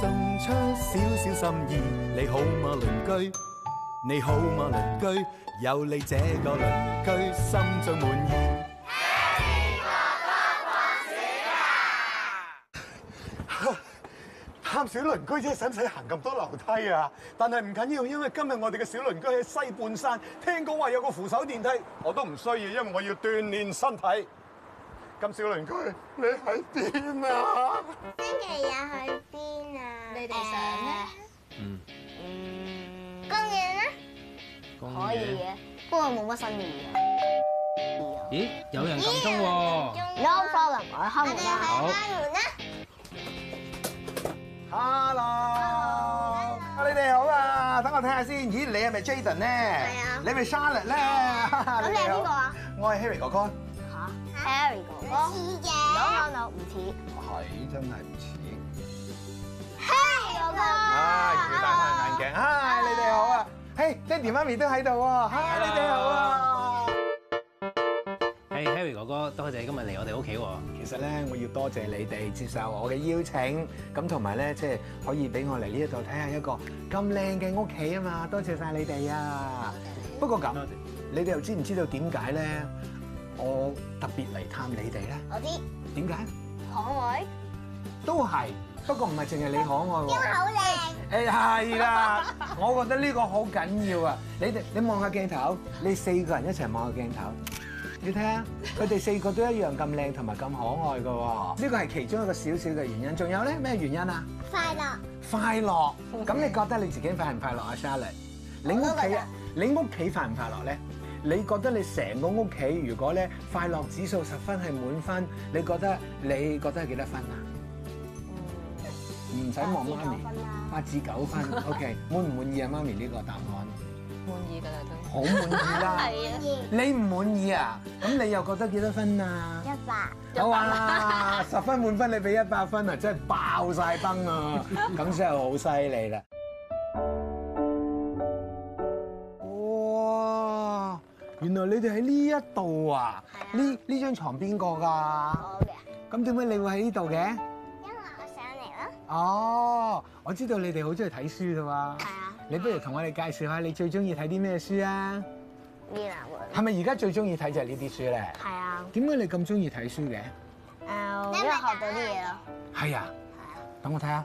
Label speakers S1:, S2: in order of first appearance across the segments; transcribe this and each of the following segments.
S1: 送出少少心意，你好嗎鄰居？你好嗎鄰居？有你這個鄰居，心中滿意。
S2: Harry 哥哥放暑假，
S3: 探小鄰居啫，使唔使行咁多樓梯啊？但係唔緊要，因為今日我哋嘅小鄰居喺西半山，聽講話有個扶手電梯，我都唔需要，因為我要鍛鍊身體。咁小鄰居，你喺邊啊？
S2: 星期日去邊啊？
S4: 你哋想
S2: À.
S4: 咧？
S5: 嗯，
S2: 公園咧？
S5: 可以嘅。
S6: 不過冇乜新意嘅。
S5: 咦，有人撳鐘喎！
S6: No problem，我開
S2: 我哋
S6: 門
S2: 去
S6: 啦。
S2: 開門啦。
S3: Hello，啊你哋好啊，等我睇下先。咦，你係咪 Jaden 咧？係
S2: 啊
S3: 你係咪 Charlotte 咧？
S6: 咁你係邊個啊？
S3: 我係 Harry 哥哥。
S6: 嚇，Harry 哥哥。
S2: 似
S6: 我
S2: 嘅。
S6: 看到唔似。
S3: 係真係唔似。
S2: Harry 哥
S3: 唉，要戴翻眼鏡。唉，你哋好啊。嘿，爹哋媽咪都喺度喎。嗨，你哋好啊。
S5: 誒，Harry 哥哥，多謝今日嚟我哋屋企喎。
S3: 其實咧，我要多謝你哋接受我嘅邀請，咁同埋咧，即係可以俾我嚟呢一度睇下一個咁靚嘅屋企啊嘛，多謝晒你哋啊！不過咁，你哋又知唔知道點解咧？我特別嚟探你哋咧，
S2: 我知，
S3: 點解？
S2: 可愛，
S3: 都係，不過唔係淨係你可
S2: 因為
S3: 愛
S2: 好靚。
S3: 喎。誒係啦，我覺得呢個好緊要啊！你哋你望下鏡頭，你四個人一齊望下鏡頭。你睇下，佢哋四個都一樣咁靚同埋咁可愛㗎喎，呢個係其中一個少少嘅原因。仲有咧咩原因啊？
S2: 快樂，
S3: 快樂，咁你覺得你自己快唔快樂啊，Charlotte？你屋企你屋企快唔快樂咧？你覺得你成個屋企如果咧快樂指數十分係滿分，你覺得你覺得係幾多分啊？唔使
S6: À,
S3: 望媽咪，八至九分。OK，滿唔滿意啊？媽咪呢個答案
S4: 滿意㗎啦都。啊
S3: 好滿意 啦。
S2: 一
S3: 你唔滿意啊？咁你又覺得幾多分啊？
S2: 百，
S3: 好啊！十分滿分你俾一百分啊，真係爆晒燈 啊！咁真係好犀利啦！哇！原來你哋喺呢一度啊？
S2: 係啊
S3: 呢呢張床邊個㗎？
S4: 哦
S2: 好嘅，
S3: 咁點解你會喺呢度嘅？
S2: 因為我上嚟啦。
S3: 哦，我知道你哋好中意睇書㗎嘛。
S2: 係啊，
S3: 你不如同我哋介紹下你最中意睇啲咩書啊？
S2: 呢兩本。
S3: 係咪而家最中意睇就係呢啲書咧？
S6: 係啊，
S3: 點解你咁中意睇書嘅？
S6: 誒，因為學到啲嘢咯。
S3: 係啊，等我睇下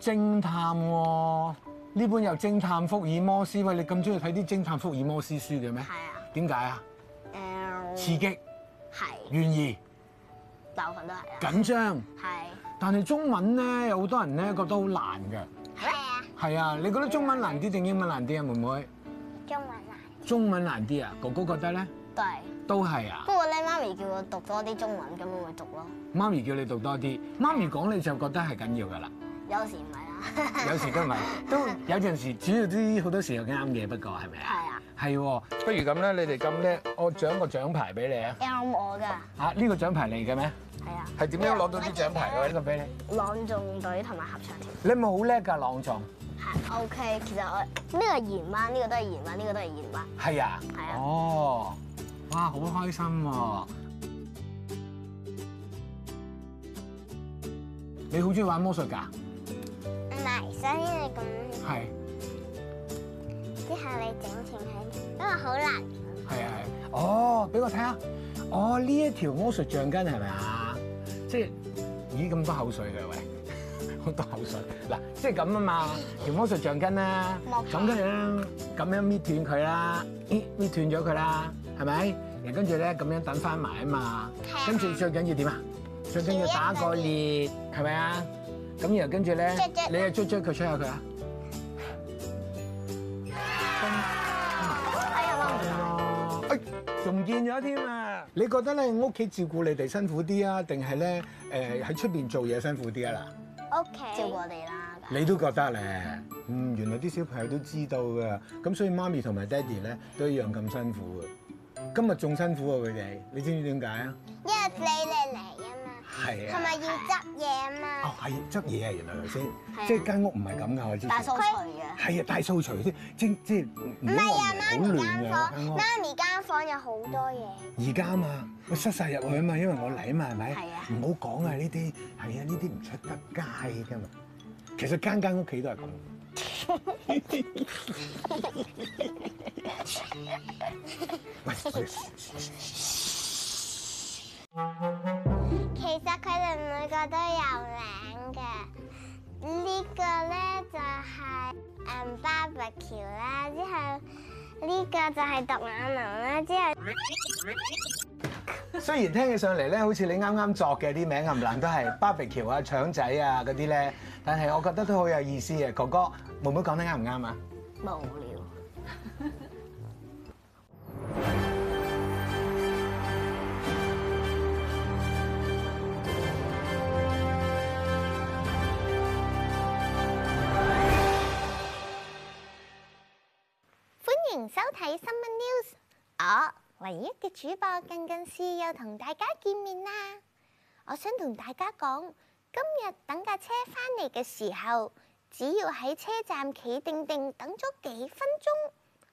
S3: 偵探喎、呢本有偵探福爾摩斯喂，你咁中意睇啲偵探福爾摩斯書嘅
S6: 係
S3: 咩？
S6: 啊，
S3: 點解啊？刺
S6: 誒，
S3: 激、
S6: 係
S3: 懸疑、
S6: 大部分都係啊。
S3: 緊張，
S6: 係
S3: 但係中文咧有好多人咧覺得好難嘅。
S2: 係啊，
S3: 係啊，你覺得中文難啲定英文難啲啊，妹妹？
S2: 中文啊。
S3: 中文難啲啊，哥哥覺得咧
S6: 都係。
S3: 都係啊
S6: 不。過咧，媽咪叫我讀多啲中文，咁我咪讀咯。
S3: 媽咪叫你讀多啲，媽咪講你就覺得係緊要 㗎啦。
S6: 有時唔係啦。
S3: 有時都唔係， 都有陣時，主要啲好多時又啱嘅，不過係咪啊？
S6: 係啊，
S3: 係喎，不如咁啦，你哋咁叻，我獎個獎牌俾你啊！
S6: 有我㗎。
S3: 嚇，呢個獎牌嚟嘅咩？
S6: 係啊，
S3: 係點樣攞到啲獎牌啊嘅？呢個俾你，
S6: 朗誦隊同埋合唱團。
S3: 你係咪好叻㗎朗誦？
S6: 係 OK，其實我呢個係言班，呢個都係言班，呢個都係言班。
S3: 係啊，
S6: 係啊
S3: 哦，哇，好開心喎！你好中意玩魔術㗎？
S2: 唔係，所以你咁
S3: 係，
S2: 之後你整斷佢，因為好難。
S3: 係啊，係。哦，俾我睇下，哦，呢一條魔術橡筋係咪啊？即係，咦咁多口水嘅喂！ 好多口水嗱，即係咁啊嘛，條魔術橡筋啦，咁跟住咧，咁樣搣斷佢啦，咦搣斷咗佢啦，係咪？然後跟住咧咁樣等翻埋啊嘛，跟住最緊要點啊？最緊要打個裂，係咪啊？咁然後跟住咧
S2: 捽捽，
S3: 你又追追佢，吹下佢啊！哎仲見咗添啊！你覺得咧屋企照顧你哋辛苦啲啊，定係咧誒喺出邊做嘢辛苦啲啊啦？
S2: 屋企
S6: 照顧我哋啦。咁
S3: 你都覺得咧，嗯，原來啲小朋友都知道㗎，咁所以媽咪同埋爹哋咧都一樣咁辛苦嘅。今日仲辛苦啊佢哋，你知唔知點解啊？
S2: 因為你哋嚟啊嘛，
S3: 係
S2: 同
S3: 啊，
S2: 埋要執嘢啊
S3: 哦
S2: 嘛，
S3: 係執嘢啊，原來頭先
S6: 係啊，
S3: 即係間屋唔係咁㗎，我知道。
S6: 大掃除嘅，
S3: 係啊，大掃除先，即即唔
S2: 唔係啊，
S3: 好
S2: 媽咪間
S3: 亂啊
S2: 房
S3: 間，屋。
S2: 媽咪間房有好多嘢，
S3: 而家啊嘛，我塞晒入去啊嘛，因為我嚟啊嘛，係咪？
S6: 係啊
S3: 唔好講啊呢啲，係啊呢啲唔出得街㗎嘛。其實間間屋企都係咁。喂喂
S2: 其實佢哋每個都有領嘅。呢個咧就係誒 barbecue 啦，之後呢個就係獨眼龍啦，之後
S3: 雖然聽起上嚟咧，好似你啱啱作嘅啲名冚唪唥都係 barbecue 啊、腸仔啊嗰啲咧，但係我覺得都好有意思嘅。哥哥，妹妹講得啱唔啱啊？
S6: 無聊。
S2: 歡迎收睇新聞 news，我唯一嘅主播近近視又同大家見面啦。我想同大家講，今日等架車返嚟嘅時候，只要喺車站企定定等咗幾分鐘，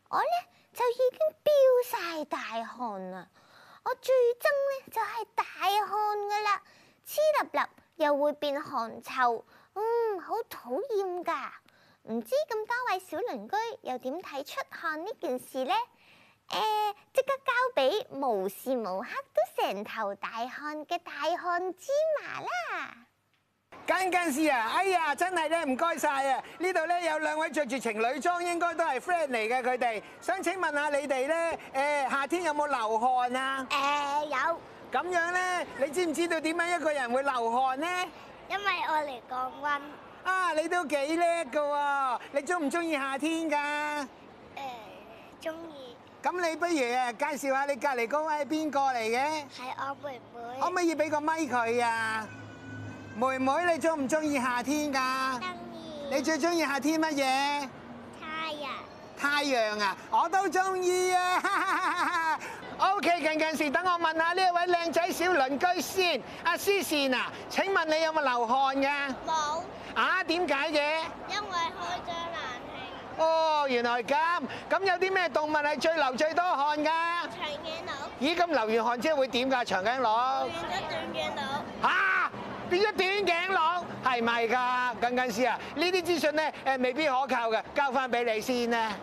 S2: 我呢就已經飆晒大汗啦。我最憎呢就係大汗噶啦，黐立立又會變汗臭，嗯，好討厭㗎。唔知咁多位小鄰居又點睇出汗呢件事呢？誒、即刻交俾無時無刻都成頭大汗嘅大汗芝麻啦！
S3: 間間事啊！哎呀，真係咧唔該晒啊！呢度咧有兩位着住情侶裝，應該都係 friend 嚟嘅佢哋。想請問下你哋咧，誒夏天有冇流汗啊？
S2: 誒、呃有，
S3: 咁樣咧，你知唔知道點樣一個人會流汗咧？
S2: 因為我嚟降温，
S3: 啊，你都幾叻㗎喎！你中唔中意夏天㗎？
S2: 誒中呃意
S3: 咁你不如啊介紹下你隔離嗰位係邊個嚟嘅？
S2: 係我妹妹
S3: 可唔可以俾個咪佢啊？妹妹，你中唔中意夏天㗎？
S2: 中意
S3: 你最中意夏天乜嘢？
S2: 太陽，
S3: 太陽啊，我都中意啊！OK，近近時等我問下呢一位靚仔小鄰居先，阿思善啊，請問你有冇流汗㗎？
S2: 冇，
S3: 啊，點解嘅？
S2: 因為開咗冷氣，
S3: 哦，原來咁，咁有啲咩動物係最流最多汗㗎？
S2: 長頸佬
S3: 咦，咁流完汗之後會點㗎？長頸鹿
S2: 變咗短頸佬，
S3: 啊，變咗短頸鹿，係咪㗎？近近時啊，呢啲資訊咧誒未必可靠嘅，交翻俾你先啊啦。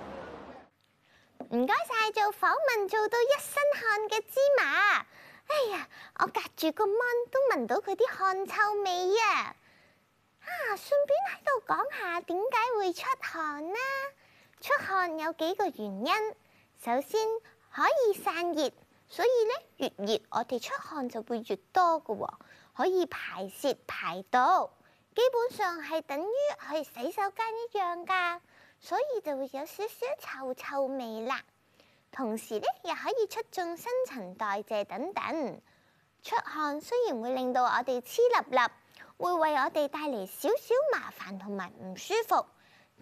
S2: 唔該晒做訪問做到一身汗嘅芝麻。哎呀，我隔住個 mon 都聞到佢啲汗臭味啊！啊，順便喺度講下點解會出汗啦。出汗有幾個原因，首先可以散熱，所以咧越熱我哋出汗就會越多㗎喎，可以排泄排毒，基本上係等於去洗手間一樣㗎。所以就會有少少臭臭味啦。同時咧，又可以促進新陳代謝等等。出汗雖然會令到我哋黐立立，會為我哋帶嚟少少麻煩同埋唔舒服，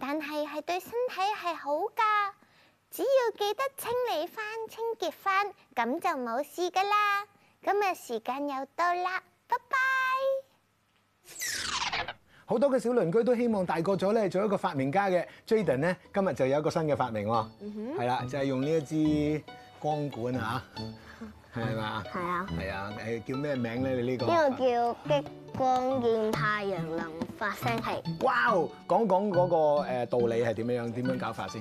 S2: 但係係對身體係好㗎。只要記得清理翻、清潔翻，咁就冇事㗎啦。今日時間又到啦，拜拜。
S3: 好多嘅小鄰居都希望大個咗咧做一個發明家嘅 Jaden 咧，今日就有一個新嘅發明喎，係啦、就係、用呢一支光管啊，係嘛？
S6: 係啊，
S3: 係啊，誒叫咩名咧？你呢、
S6: 呢個叫激光劍太陽能發聲器。
S3: 個？哇！講講嗰個誒道理係點樣點樣搞法先？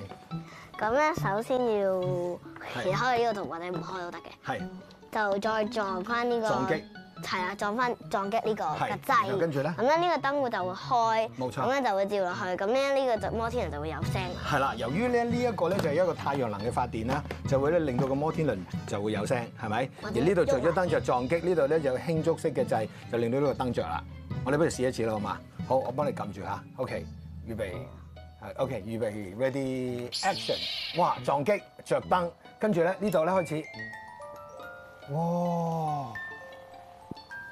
S6: 咁咧，首先要移開呢個同或者唔開都得嘅，
S3: 係
S6: 就再撞翻呢個
S3: 撞擊，
S6: 係啦，撞翻撞擊呢個
S3: 係
S6: 嘅
S3: 然後
S6: 掣。
S3: 跟住咧
S6: 咁咧呢個燈會就會開，
S3: 冇錯
S6: 咁咧就會照落去，咁咧呢個就摩天輪就會有聲。
S3: 係啦。由於咧呢一個咧就係一個太陽能嘅發電啦，就會咧令到個摩天輪就會有聲，係咪？而
S6: 或者
S3: 呢度着咗
S6: 喐下
S3: 燈就撞擊，呢度咧就有輕觸式嘅掣，就令到呢個燈着啦。我哋不如試一次啦，好嘛？好，我幫你撳住嚇。OK，預備，係 OK，預備，ready action！哇，撞擊着燈，跟住咧呢度咧開始，哇，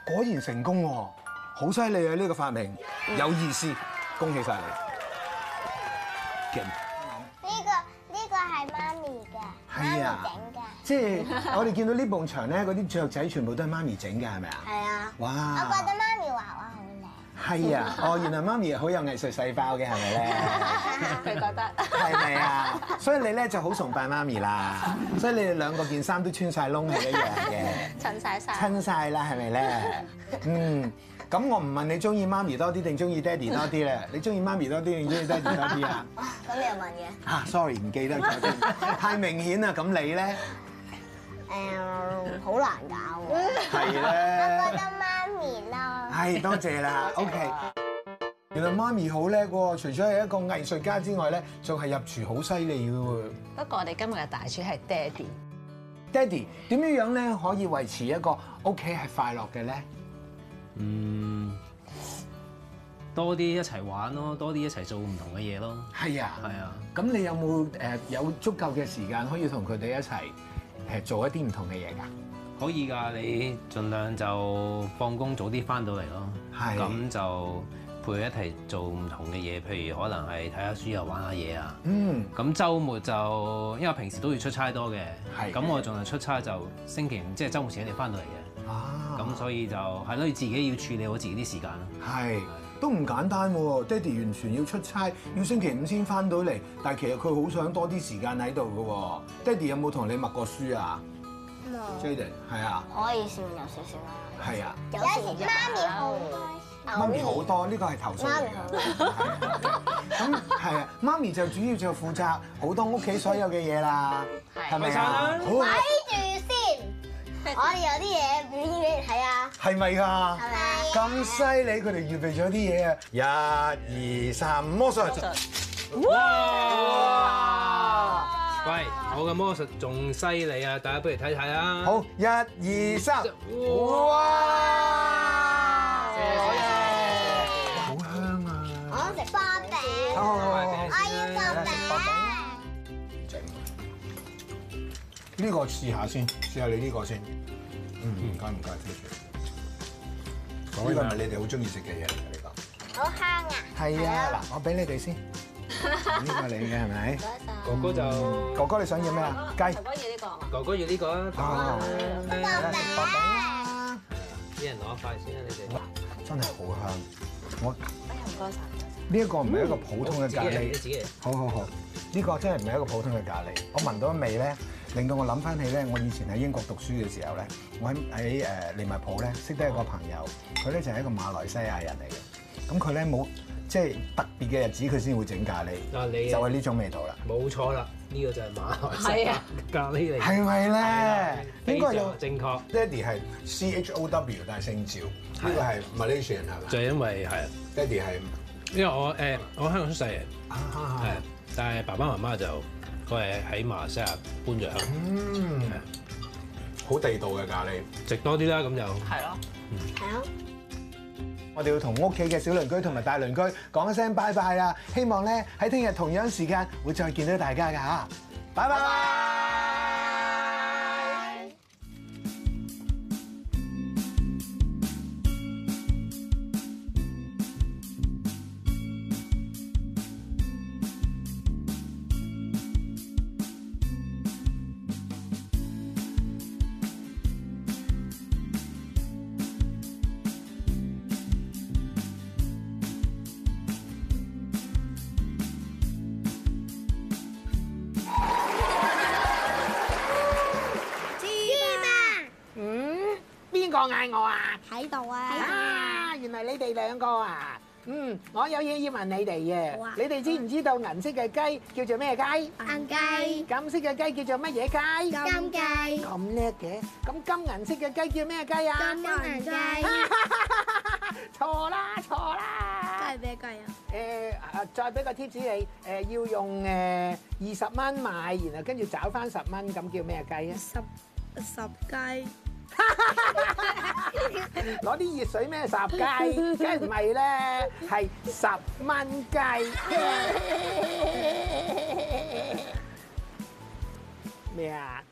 S3: 果然成功喎！
S1: 好犀利啊！呢個發明有意思，恭喜晒你，勁！
S2: 呢個呢個係媽咪嘅，媽咪
S1: 係啊
S2: 整嘅，
S1: 即係我哋見到呢埲牆咧，嗰啲雀仔全部都係媽咪整嘅，係咪啊？
S2: 係啊。我
S1: 哇！
S2: 覺得媽咪畫畫好靚。
S1: 係啊， 哦，原來媽咪好有藝術細胞嘅，係咪咧？
S6: 佢覺得
S1: 係咪啊？所以你咧就好崇拜媽咪啦，所以你哋兩個件衫都穿晒窿係一樣嘅。
S6: 襯晒衫，
S1: 親晒啦，係咪咧？嗯，咁我唔問你中意媽咪多啲定中意爹哋多啲咧？你中意媽咪多啲定中意爹哋多啲 啊？
S2: 咁你又問嘅？
S1: 啊，sorry，唔記得咗添，太明顯啦。咁你咧
S2: 誒，好難搞喎。
S1: 係
S2: 我覺
S1: 咧，
S2: 得媽咪啦。
S1: 係多謝啦。OK，原來媽咪好叻喎，除咗係一個藝術家之外咧，仲係入廚好犀利嘅喎。
S6: 不過我哋今日嘅大廚係爹哋。
S1: 爹哋點樣樣咧可以維持一個屋企係快樂嘅咧？
S5: 嗯，多啲一齊玩咯，多啲一齊做唔同嘅嘢咯。
S1: 係啊，
S5: 係啊。
S1: 咁你有冇誒有足夠嘅時間可以同佢哋一齊誒做一啲唔同嘅嘢㗎？
S5: 可以㗎，你盡量就放工早啲翻到嚟咯。
S1: 係
S5: 咁就陪佢一齊做唔同嘅嘢，譬如可能係睇下書啊、玩下嘢啊。
S1: 嗯，
S5: 咁週末就因為我平時都要出差多嘅
S1: 係，
S5: 咁我盡量出差就星期五即係週末前一定翻到嚟嘅。
S1: 啊，
S5: 咁所以就係咯，要自己要處理好自己啲時間咯。
S1: 係都唔簡單喎。爹哋完全要出差，要星期五先翻到嚟，但係其實佢好想多啲時間喺度嘅喎。爹哋有冇同你默過書啊？Jaden 係啊，
S2: 可以笑有少少啦。
S1: 係啊，
S2: 有時媽咪好
S1: 媽咪好多呢個係投訴
S2: 媽
S1: 嚟
S2: 咪
S1: 㗎
S2: 好。
S1: 咁係啊，媽咪就主要就負責好多屋企所有嘅嘢啦，係咪啊？好啊
S2: 睇 住先，我哋有啲嘢表演俾你睇啊。
S1: 係咪㗎？
S2: 係咪
S1: 咁犀利，佢哋預備咗啲嘢啊！一、二、三，魔術。哇！
S5: 喂，我嘅魔術仲犀利啊！大家不如睇睇啊！
S1: 好，一、二、三，
S5: 哇
S1: 哇！
S5: 謝
S1: 好香啊！
S2: 我食花餅，
S1: 好好好
S2: 我要個餅。
S1: 整呢個試下先，試下你呢個先。嗯，唔該唔該，謝謝。呢個係咪你哋好中意食嘅嘢嚟㗎？呢個
S2: 好香啊！
S1: 係啊，嗱，我俾你哋先。 呢個你嘅係咪？
S5: 哥哥就
S1: 哥哥你想要咩啊？雞
S6: 哥。哥要呢個係嘛？
S5: 哥哥要呢個啊！
S1: 啊
S5: 咁啊
S1: 食薄餅啦！
S5: 一人攞一塊先啊！你哋
S1: 哇，真係好香！我
S6: 哎呀，唔該晒。
S1: 呢一個唔係一個普通嘅
S5: 自
S1: 咖
S5: 己嚟，你
S1: 喱，
S5: 自己嚟。
S1: 好好好，呢個真係唔係一個普通嘅咖喱。我聞到味咧，令到我諗翻起咧，我以前喺英國讀書嘅時候咧，我喺喺誒利物浦咧識得一個朋友，佢咧就係一個馬來西亞人嚟嘅，咁佢咧冇即係特別嘅日子佢先會整咖喱，
S5: 嗱，你
S1: 就係
S5: 啊
S1: 呢種味道啦。
S5: 冇錯啦，呢個就係馬來西
S6: 係啊
S5: 亞咖喱嚟。
S1: 係咪
S5: 係啦啊
S1: 咧？應
S5: 非
S1: 該有
S5: 常。正確，
S7: Daddy 係 C H O W，但係姓趙，呢個係 Malaysian 係嘛
S5: 就係因為係，
S7: ？Daddy 係
S5: 因為我誒我香港出世嘅，
S7: 啊
S5: 係，但係爸爸媽媽就佢係喺馬來西亞搬咗去香港，
S7: 嗯，好地道嘅咖喱。
S5: 食多啲啦咁就。
S6: 係咯，
S1: 我哋要同屋企嘅小鄰居同埋大鄰居講一聲拜拜啦！希望咧喺聽日同樣時間會再見到大家㗎嚇，拜拜。
S3: 嗯，邊個嗌我啊？
S2: 喺度啊！
S3: 啊，原來你哋兩個啊。嗯，我有嘢要問你哋
S2: 好啊
S3: 嘅。你哋知唔知道銀色嘅雞叫做咩雞？
S2: 銀雞、
S3: 金色嘅雞叫做乜嘢雞？
S2: 金雞、
S3: 咁叻嘅，咁金銀色嘅雞叫咩雞啊？
S2: 金銀雞，
S3: 錯啦錯啦。
S2: 咩雞啊？
S3: 誒啊，再俾個 tips 你，誒要用誒二十蚊買，然後跟住找翻十蚊，咁叫咩雞啊？
S2: 十十雞，
S3: 攞啲熱水咩十雞，梗係唔係咧？係十蚊雞。咩啊？